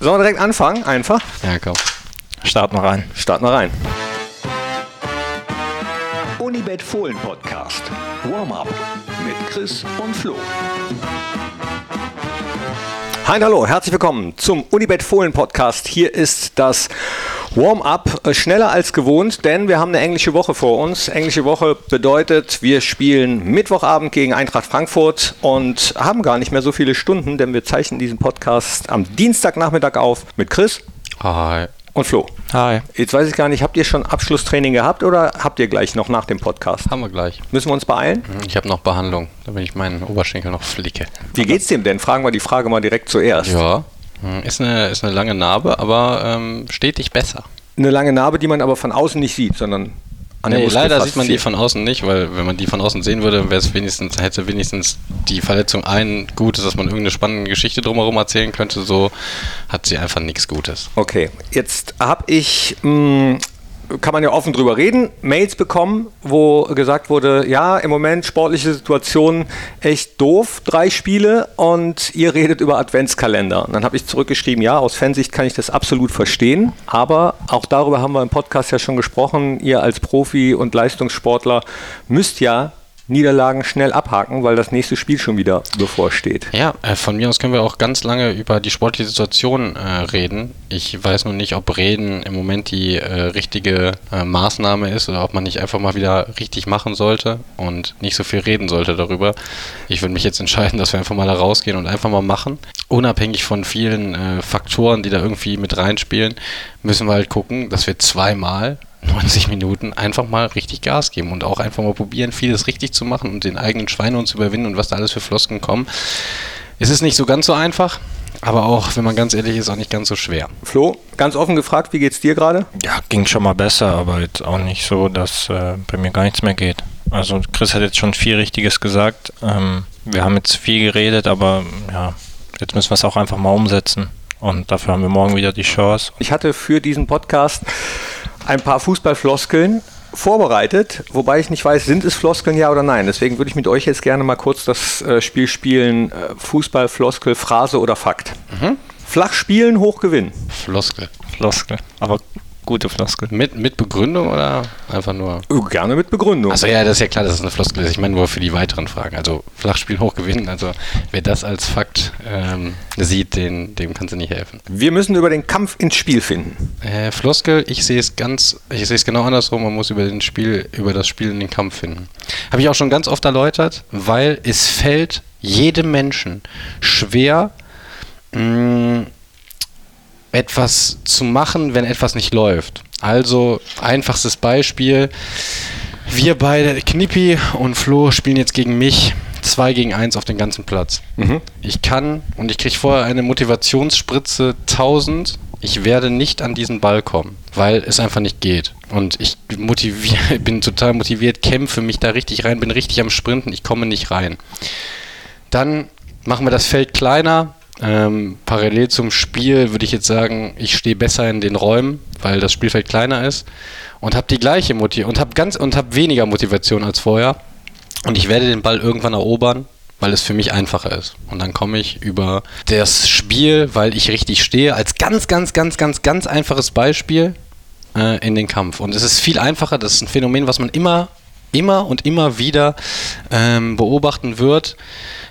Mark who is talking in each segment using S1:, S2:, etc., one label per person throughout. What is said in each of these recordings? S1: Sollen wir direkt anfangen? Einfach.
S2: Ja, komm. Start mal rein.
S1: Starten wir rein. Unibet Fohlen Podcast. Warm-up mit Chris und Flo. Hi, hallo, herzlich willkommen zum Unibet Fohlen Podcast. Hier ist das Warm-up äh, schneller als gewohnt, denn wir haben eine englische Woche vor uns. Englische Woche bedeutet, wir spielen Mittwochabend gegen Eintracht Frankfurt und haben gar nicht mehr so viele Stunden, denn wir zeichnen diesen Podcast am Dienstagnachmittag auf mit Chris
S2: Hi.
S1: und Flo.
S2: Hi.
S1: Jetzt weiß ich gar nicht, habt ihr schon Abschlusstraining gehabt oder habt ihr gleich noch nach dem Podcast?
S2: Haben wir gleich. Mhm.
S1: Müssen wir uns beeilen?
S2: Ich habe noch Behandlung, damit ich meinen Oberschenkel noch flicke.
S1: Wie geht's dem denn? Fragen wir die Frage mal direkt zuerst.
S2: Ja. Hm, Ist eine, ist eine lange Narbe, aber ähm, stetig besser.
S1: Eine lange Narbe, die man aber von außen nicht sieht, sondern an der
S2: Nee,
S1: Muskel
S2: leider sieht man die
S1: fasziniert.
S2: von außen nicht, weil wenn man die von außen sehen würde, wäre es wenigstens, hätte wenigstens die Verletzung ein Gutes, dass man irgendeine spannende Geschichte drumherum erzählen könnte. So hat sie einfach nichts Gutes.
S1: Okay, jetzt habe ich, mh, kann man ja offen drüber reden, Mails bekommen, wo gesagt wurde, ja, im Moment sportliche Situation echt doof, drei Spiele und ihr redet über Adventskalender. Und dann habe ich zurückgeschrieben, ja, aus Fansicht kann ich das absolut verstehen, aber auch darüber haben wir im Podcast ja schon gesprochen, ihr als Profi und Leistungssportler müsst ja Niederlagen schnell abhaken, weil das nächste Spiel schon wieder bevorsteht.
S2: Ja, äh, von mir aus können wir auch ganz lange über die sportliche Situation äh, reden. Ich weiß nur nicht, ob Reden im Moment die äh, richtige äh, Maßnahme ist oder ob man nicht einfach mal wieder richtig machen sollte und nicht so viel reden sollte darüber. Ich würde mich jetzt entscheiden, dass wir einfach mal da rausgehen und einfach mal machen. Unabhängig von vielen äh, Faktoren, die da irgendwie mit reinspielen, müssen wir halt gucken, dass wir zweimal 90 Minuten einfach mal richtig Gas geben und auch einfach mal probieren, vieles richtig zu machen und den eigenen Schweinehund zu überwinden und was da alles für Flosken kommen. Es ist nicht so ganz so einfach, aber auch, wenn man ganz ehrlich ist, auch nicht ganz so schwer.
S1: Flo, ganz offen gefragt, wie geht's dir gerade?
S3: Ja, ging schon mal besser, aber jetzt auch nicht so, dass äh, bei mir gar nichts mehr geht. Also Chris hat jetzt schon viel Richtiges gesagt. Ähm, wir haben jetzt viel geredet, aber ja, jetzt müssen wir es auch einfach mal umsetzen. Und dafür haben wir morgen wieder die Chance.
S1: Ich hatte für diesen Podcast ein paar Fußballfloskeln vorbereitet, wobei ich nicht weiß, sind es Floskeln ja oder nein. Deswegen würde ich mit euch jetzt gerne mal kurz das äh, Spiel spielen: äh, Fußball, Floskel, Phrase oder Fakt. Flach spielen, hoch gewinnen.
S2: Floskel.
S3: Floskel, aber gute Floskel.
S2: Mit, mit Begründung oder einfach nur?
S1: Äh, Gerne mit Begründung.
S2: Achso, ja, das ist ja klar, dass es eine Floskel ist. Ich meine nur für die weiteren Fragen. Also Flachspiel hoch gewinnen. Also wer das als Fakt ähm, sieht, den, dem kannst du nicht helfen.
S1: Wir müssen über den Kampf ins Spiel finden.
S2: Äh, Floskel, ich sehe es ganz, ich sehe es genau andersrum. Man muss über, den Spiel, über das Spiel in den Kampf finden. Habe ich auch schon ganz oft erläutert, weil es fällt jedem Menschen schwer, mh, Mm, etwas zu machen, wenn etwas nicht läuft. Also, einfachstes Beispiel. Wir beide, Knippi und Flo, spielen jetzt gegen mich 2 gegen 1 auf den ganzen Platz. Ich kann und ich kriege vorher eine Motivationsspritze 1000. Ich werde nicht an diesen Ball kommen, weil es einfach nicht geht. Und ich motivier, bin total motiviert, kämpfe mich da richtig rein, bin richtig am Sprinten, ich komme nicht rein. Dann machen wir das Feld kleiner. Ähm, parallel zum Spiel würde ich jetzt sagen, ich stehe besser in den Räumen, weil das Spielfeld kleiner ist und habe die gleiche Motiv und habe ganz und habe weniger Motivation als vorher und ich werde den Ball irgendwann erobern, weil es für mich einfacher ist. Und dann komme ich über das Spiel, weil ich richtig stehe, als ganz ganz ganz ganz ganz einfaches Beispiel äh, in den Kampf. Und es ist viel einfacher, das ist ein Phänomen, was man immer, immer und immer wieder ähm, beobachten wird.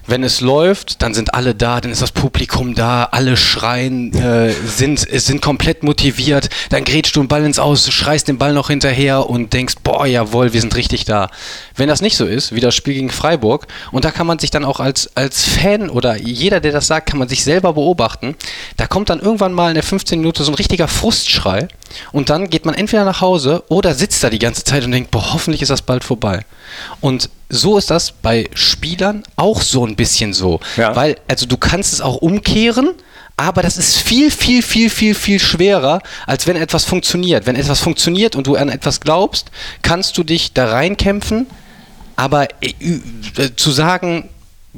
S2: Wenn es läuft, dann sind alle da, dann ist das Publikum da, alle schreien, äh, sind, äh, sind komplett motiviert, dann grätschst du den Ball ins Aus, schreist den Ball noch hinterher und denkst, boah, jawohl, wir sind richtig da. Wenn das nicht so ist, wie das Spiel gegen Freiburg, und da kann man sich dann auch als, als Fan oder jeder, der das sagt, kann man sich selber beobachten, da kommt dann irgendwann mal in der 15 Minute so ein richtiger Frustschrei und dann geht man entweder nach Hause oder sitzt da die ganze Zeit und denkt, boah, hoffentlich ist das bald vorbei. Und so ist das bei Spielern auch so ein bisschen so.
S1: Ja.
S2: Weil, also du kannst es auch umkehren, aber das ist viel, viel, viel, viel, viel schwerer, als wenn etwas funktioniert. Wenn etwas funktioniert und du an etwas glaubst, kannst du dich da reinkämpfen, aber äh, ü- äh, zu sagen,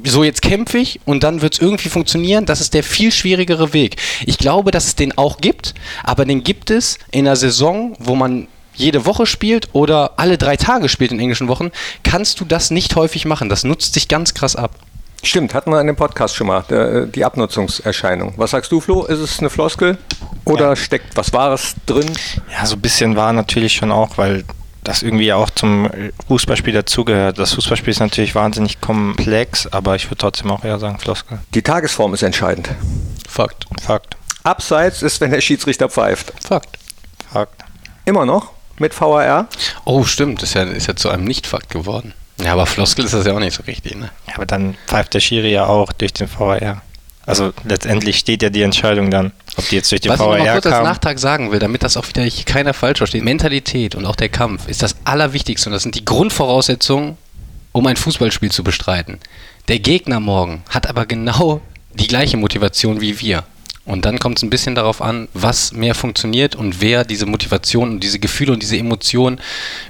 S2: so jetzt kämpfe ich und dann wird es irgendwie funktionieren, das ist der viel schwierigere Weg. Ich glaube, dass es den auch gibt, aber den gibt es in einer Saison, wo man jede Woche spielt oder alle drei Tage spielt in englischen Wochen, kannst du das nicht häufig machen. Das nutzt sich ganz krass ab.
S1: Stimmt, hatten wir in dem Podcast schon mal, der, die Abnutzungserscheinung. Was sagst du, Flo? Ist es eine Floskel oder ja. steckt was Wahres drin?
S3: Ja, so ein bisschen war natürlich schon auch, weil das irgendwie auch zum Fußballspiel dazugehört. Das Fußballspiel ist natürlich wahnsinnig komplex, aber ich würde trotzdem auch eher sagen Floskel.
S1: Die Tagesform ist entscheidend.
S2: Fakt.
S3: Fakt.
S1: Abseits ist, wenn der Schiedsrichter pfeift.
S2: Fakt.
S3: Fakt.
S1: Immer noch mit VAR?
S2: Oh, stimmt. Ist ja, ist ja zu einem Nicht-Fakt geworden. Ja, aber Floskel ist das ja auch nicht so richtig, ne?
S3: Ja, aber dann pfeift der Schiri ja auch durch den VAR. Also letztendlich steht ja die Entscheidung dann, ob die jetzt durch den
S2: Was
S3: VAR
S2: ich noch kurz
S3: kam.
S2: als Nachtrag sagen will, damit das auch wieder hier keiner falsch versteht. Mentalität und auch der Kampf ist das Allerwichtigste und das sind die Grundvoraussetzungen, um ein Fußballspiel zu bestreiten. Der Gegner morgen hat aber genau die gleiche Motivation wie wir. Und dann kommt es ein bisschen darauf an, was mehr funktioniert und wer diese Motivation und diese Gefühle und diese Emotionen,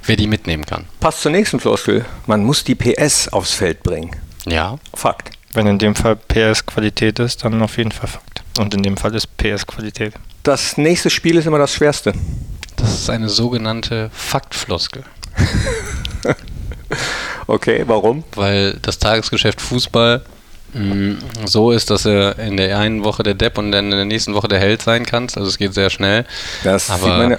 S2: wer die mitnehmen kann.
S1: Passt zur nächsten Floskel. Man muss die PS aufs Feld bringen.
S2: Ja.
S1: Fakt.
S3: Wenn in dem Fall PS-Qualität ist, dann auf jeden Fall Fakt. Und in dem Fall ist PS-Qualität.
S1: Das nächste Spiel ist immer das schwerste.
S2: Das ist eine sogenannte Faktfloskel.
S1: okay, warum?
S2: Weil das Tagesgeschäft Fußball mh, so ist, dass er in der einen Woche der Depp und dann in der nächsten Woche der Held sein kannst. Also es geht sehr schnell.
S1: Das
S2: Aber
S1: sieht man ja,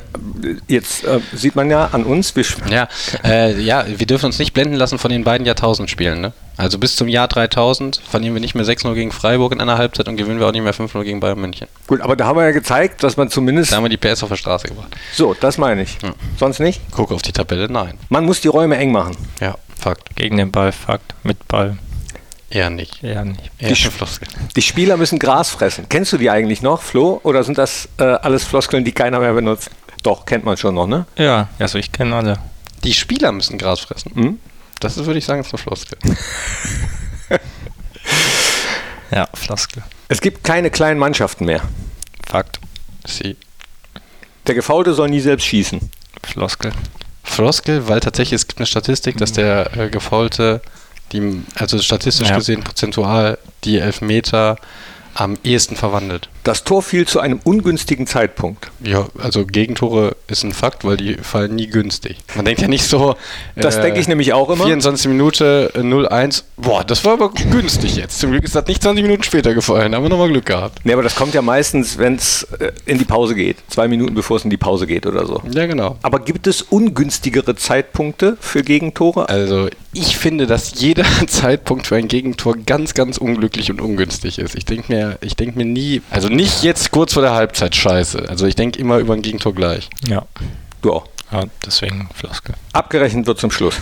S1: jetzt äh, sieht man ja an uns. Wir sp-
S2: Ja, äh, ja, wir dürfen uns nicht blenden lassen von den beiden Jahrtausendspielen. Ne? Also bis zum Jahr 3000 verlieren wir nicht mehr 6-0 gegen Freiburg in einer Halbzeit und gewinnen wir auch nicht mehr 5-0 gegen Bayern München.
S1: Gut, aber da haben wir ja gezeigt, dass man zumindest
S2: Da Hm. haben wir die PS auf der Straße gebracht.
S1: so, das meine ich. Sonst nicht.
S2: Guck auf die Tabelle, nein.
S1: Man muss die Räume eng machen.
S2: Ja, Fakt.
S3: Gegen den Ball, Fakt. Mit Ball,
S2: Eher nicht.
S3: eher nicht.
S2: Eher
S1: Die Sch-
S2: eine Floskel.
S1: Die Spieler müssen Gras fressen. Kennst du die eigentlich noch, Flo? Oder sind das äh, alles Floskeln, die keiner mehr benutzt? Doch, kennt man schon noch, ne?
S3: Ja, also ich kenne alle.
S2: Die Spieler müssen Gras fressen.
S1: Mhm.
S2: Das ist, würde ich sagen, ist eine Floskel.
S3: Ja, Floskel.
S1: Es gibt keine kleinen Mannschaften mehr.
S3: Fakt.
S2: Sie.
S1: Der Gefaulte soll nie selbst schießen.
S3: Floskel.
S2: Floskel, weil tatsächlich es gibt eine Statistik,
S1: Mhm.
S2: dass der äh, Gefaulte, die, also statistisch
S3: Ja.
S2: gesehen prozentual, die Elfmeter am ehesten verwandelt.
S1: Das Tor fiel zu einem ungünstigen Zeitpunkt.
S2: Ja, also Gegentore ist ein Fakt, weil die fallen nie günstig. Man denkt ja nicht so.
S1: Das denke ich nämlich auch immer.
S2: 24 Minute äh, 0-1. Boah, das war aber günstig jetzt. Zum Glück ist das nicht 20 Minuten später gefallen. Da haben wir nochmal Glück gehabt.
S1: Nee, aber das kommt ja meistens, wenn es äh, in die Pause geht. Zwei Minuten bevor es in die Pause geht oder so.
S2: Ja, genau.
S1: Aber gibt es ungünstigere Zeitpunkte für Gegentore? Äh,
S2: Also, ich finde, dass jeder Zeitpunkt für ein Gegentor ganz, ganz unglücklich und ungünstig ist. Ich denke mir, ich denke mir nie, also nicht jetzt kurz vor der Halbzeit scheiße. Also, ich denke immer über ein Gegentor gleich.
S3: Ja.
S1: Ja.
S3: ja. Deswegen Floskel.
S1: Abgerechnet wird zum Schluss.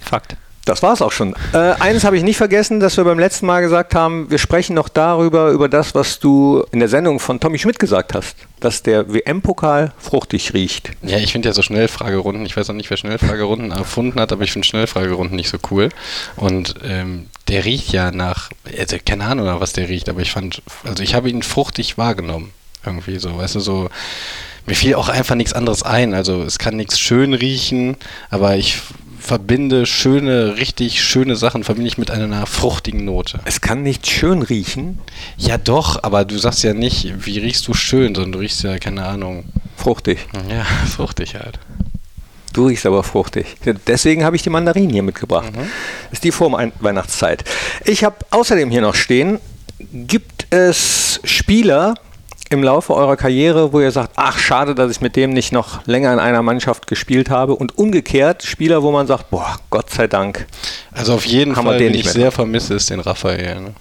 S3: Fakt.
S1: Das war's auch schon. Äh, eines habe ich nicht vergessen, dass wir beim letzten Mal gesagt haben, wir sprechen noch darüber, über das, was du in der Sendung von Tommy Schmidt gesagt hast, dass der WM-Pokal fruchtig riecht.
S2: Ja, ich finde ja so Schnellfragerunden, ich weiß noch nicht, wer Schnellfragerunden erfunden hat, aber ich finde Schnellfragerunden nicht so cool. Und ähm, der riecht ja nach, also keine Ahnung, nach was der riecht, aber ich fand, also ich habe ihn fruchtig wahrgenommen. Irgendwie so, weißt du, so, mir fiel auch einfach nichts anderes ein. Also es kann nichts schön riechen, aber ich verbinde schöne, richtig schöne Sachen, verbinde ich mit einer fruchtigen Note.
S1: Es kann nicht schön riechen,
S2: Ja doch, aber du sagst ja nicht, wie riechst du schön, sondern du riechst ja, keine Ahnung,
S1: fruchtig.
S2: ja, fruchtig halt.
S1: Du riechst aber fruchtig. Deswegen habe ich die Mandarinen hier mitgebracht. Ist die vor der Weihnachtszeit. Ich habe außerdem hier noch stehen, gibt es Spieler im Laufe eurer Karriere, wo ihr sagt, ach schade, dass ich mit dem nicht noch länger in einer Mannschaft gespielt habe und umgekehrt Spieler, wo man sagt, boah, Gott sei Dank.
S2: Also auf jeden
S1: Haben wir
S2: Fall,
S1: den
S2: den
S1: nicht
S2: ich
S1: mehr.
S2: sehr vermisse, ist den Raphael. Ne?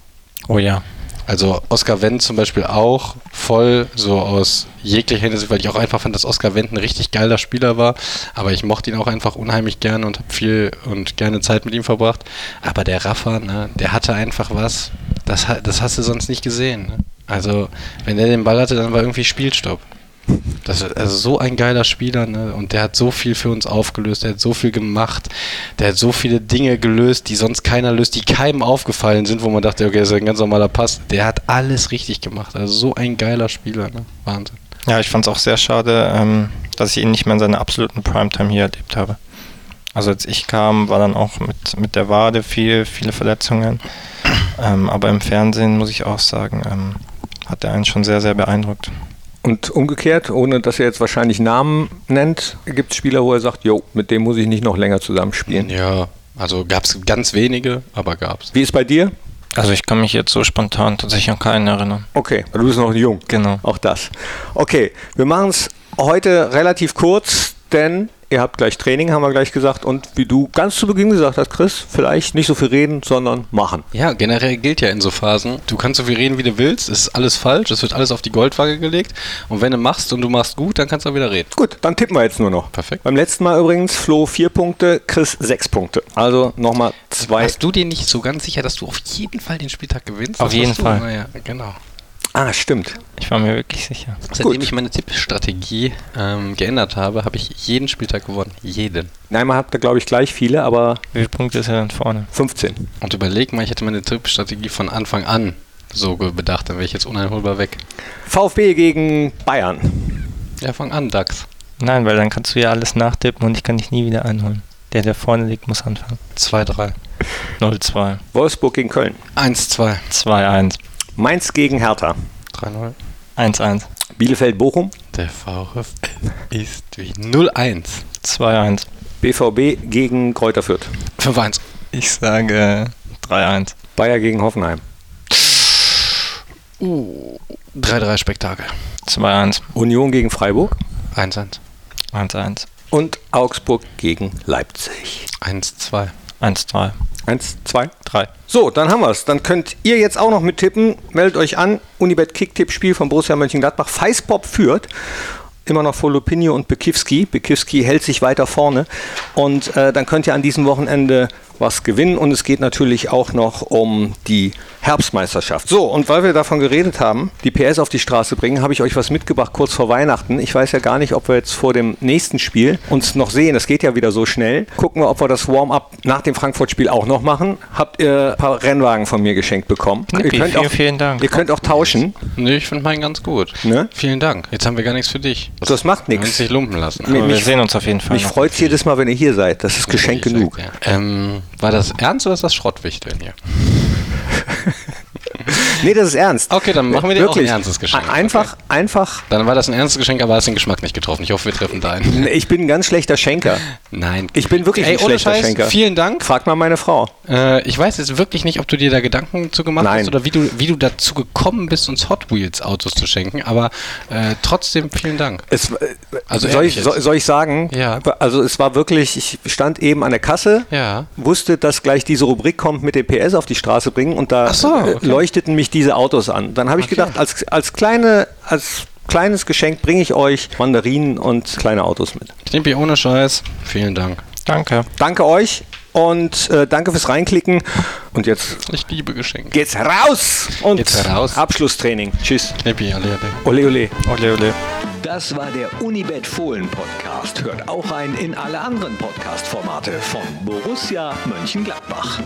S3: Oh ja.
S2: Also Oscar Wendt zum Beispiel auch voll so aus jeglicher Hinsicht, weil ich auch einfach fand, dass Oscar Wendt ein richtig geiler Spieler war. Aber ich mochte ihn auch einfach unheimlich gerne und habe viel und gerne Zeit mit ihm verbracht. Aber der Rafa, ne, der hatte einfach was, das, ha- das hast du sonst nicht gesehen. Ne? Also wenn der den Ball hatte, dann war irgendwie Spielstopp. Das ist also so ein geiler Spieler, ne? Und der hat so viel für uns aufgelöst, der hat so viel gemacht, der hat so viele Dinge gelöst, die sonst keiner löst, die keinem aufgefallen sind, wo man dachte, okay, das ist ein ganz normaler Pass. Der hat alles richtig gemacht. Also so ein geiler Spieler, ne? Wahnsinn.
S3: Ja, ich fand es auch sehr schade, ähm, dass ich ihn nicht mehr in seiner absoluten Primetime hier erlebt habe. Also als ich kam, war dann auch mit, mit der Wade viel, viele Verletzungen. Ähm, aber im Fernsehen muss ich auch sagen, ähm, hat er einen schon sehr, sehr beeindruckt.
S1: Und umgekehrt, ohne dass ihr jetzt wahrscheinlich Namen nennt, gibt es Spieler, wo er sagt, jo, mit dem muss ich nicht noch länger zusammenspielen.
S2: Ja, also gab's ganz wenige, aber gab's.
S1: Wie ist bei dir?
S3: Also ich kann mich jetzt so spontan tatsächlich an keinen erinnern.
S1: Okay, du bist noch jung.
S3: Genau.
S1: Auch das. Okay, wir machen es heute relativ kurz, denn ihr habt gleich Training, haben wir gleich gesagt. Und wie du ganz zu Beginn gesagt hast, Chris, vielleicht nicht so viel reden, sondern machen.
S2: Ja, generell gilt ja in so Phasen, du kannst so viel reden, wie du willst, es ist alles falsch, es wird alles auf die Goldwaage gelegt und wenn du machst und du machst gut, dann kannst du auch wieder reden.
S1: Gut, dann tippen wir jetzt nur noch.
S2: Perfekt.
S1: Beim letzten Mal übrigens Flo 4 Punkte, Chris 6 Punkte. Also nochmal zwei.
S2: Warst du dir nicht so ganz sicher, dass du auf jeden Fall den Spieltag gewinnst?
S3: Auf
S2: Das
S3: jeden
S2: warst du.
S3: Fall.
S2: Naja, genau.
S1: Ah, stimmt.
S3: Ich war mir wirklich sicher.
S2: Seitdem
S1: Gut.
S2: ich meine Tippstrategie ähm, geändert habe, habe ich jeden Spieltag gewonnen. Jeden.
S1: Nein, man hat da glaube ich gleich viele, aber
S3: Wie viele Punkte ist er denn vorne?
S1: 15.
S2: Und überleg mal, ich hätte meine Tippstrategie von Anfang an so ge- bedacht, dann wäre ich jetzt uneinholbar weg.
S1: VfB gegen Bayern.
S2: Ja, fang an, Dax.
S3: Nein, weil dann kannst du ja alles nachtippen und ich kann dich nie wieder einholen. Der, der vorne liegt, muss anfangen.
S2: 2-3.
S3: 0-2.
S1: Wolfsburg gegen Köln.
S2: 1-2.
S3: 2-1.
S1: Mainz gegen Hertha.
S2: 3-0.
S3: 1-1.
S1: Bielefeld Bochum.
S2: Der VfB ist wie 0-1.
S3: 2-1.
S1: BVB gegen Kräuter Fürth.
S2: 5-1.
S3: Ich sage äh, 3-1.
S1: Bayer gegen Hoffenheim.
S2: 3-3 Spektakel.
S3: 2-1.
S1: Union gegen Freiburg.
S2: 1-1.
S3: 1-1.
S1: Und Augsburg gegen Leipzig.
S2: 1-2.
S3: 1-3.
S1: Eins, zwei.
S3: 3.
S1: So, dann haben wir es. Dann könnt ihr jetzt auch noch mittippen. Meldet euch an. Unibet Kicktipp-Spiel von Borussia Mönchengladbach. Feispop führt. Immer noch vor Lupinio und Bekiewski. Bekiewski hält sich weiter vorne. Und äh, dann könnt ihr an diesem Wochenende was gewinnen. Und es geht natürlich auch noch um die Herbstmeisterschaft. So, und weil wir davon geredet haben, die PS auf die Straße bringen, habe ich euch was mitgebracht kurz vor Weihnachten. Ich weiß ja gar nicht, ob wir jetzt vor dem nächsten Spiel uns noch sehen. Es geht ja wieder so schnell. Gucken wir, ob wir das Warm-up nach dem Frankfurt-Spiel auch noch machen. Habt ihr ein paar Rennwagen von mir geschenkt bekommen?
S3: Knippi, vielen, vielen Dank.
S1: Ihr könnt auch tauschen.
S2: Nee, ich finde meinen ganz gut.
S1: Ne?
S2: Vielen Dank. Jetzt haben wir gar nichts für dich.
S1: Das macht
S2: Du kannst
S1: nichts.
S2: dich lumpen lassen.
S1: Nee,
S3: Aber wir
S1: mich-
S3: sehen uns auf jeden Fall.
S1: Mich
S3: noch.
S1: freut es jedes Mal, wenn ihr hier seid. Das ist Geschenk
S2: Ich sag,
S1: genug.
S2: ja. Ähm, war das ernst oder ist das Schrottwichteln hier?
S1: Nee, das ist ernst.
S2: Okay, dann machen wir dir auch ein ernstes Geschenk.
S1: Einfach, einfach.
S2: Dann war das ein ernstes Geschenk, aber hast den Geschmack nicht getroffen. Ich hoffe, wir treffen deinen.
S1: Ich bin ein ganz schlechter Schenker.
S2: Nein.
S1: Ich bin wirklich
S2: Ey,
S1: ein
S2: ohne
S1: schlechter
S2: Scheiß,
S1: Schenker.
S2: vielen Dank.
S1: Frag mal meine Frau.
S2: Äh, ich weiß jetzt wirklich nicht, ob du dir da Gedanken zu gemacht
S1: Nein.
S2: hast oder wie du, wie du dazu gekommen bist, uns Hot Wheels Autos zu schenken, aber äh, trotzdem vielen Dank.
S1: Es, also soll,
S2: Also
S1: ich,
S2: ehrlich
S1: soll,
S2: jetzt.
S1: soll ich sagen?
S2: Ja.
S1: Also es war wirklich, ich stand eben an der Kasse,
S2: Ja.
S1: wusste, dass gleich diese Rubrik kommt mit dem PS auf die Straße bringen und da
S2: Ach so,
S1: äh,
S2: okay.
S1: leuchteten mich diese Autos an. Dann habe ich gedacht, als, als, kleine, als kleines Geschenk bringe ich euch Mandarinen und kleine Autos mit.
S2: Knippi, ohne Scheiß, vielen Dank.
S3: Danke.
S1: Danke euch und äh, danke fürs Reinklicken. Und jetzt
S2: Ich liebe Geschenke.
S1: geht's raus und
S2: Geht's raus.
S1: Abschlusstraining. Tschüss.
S2: Knippi, alle, alle.
S1: Ole, ole.
S3: Ole, ole.
S4: Das war der Unibet Fohlen Podcast. Hört auch ein in alle anderen Podcast-Formate von Borussia Mönchengladbach.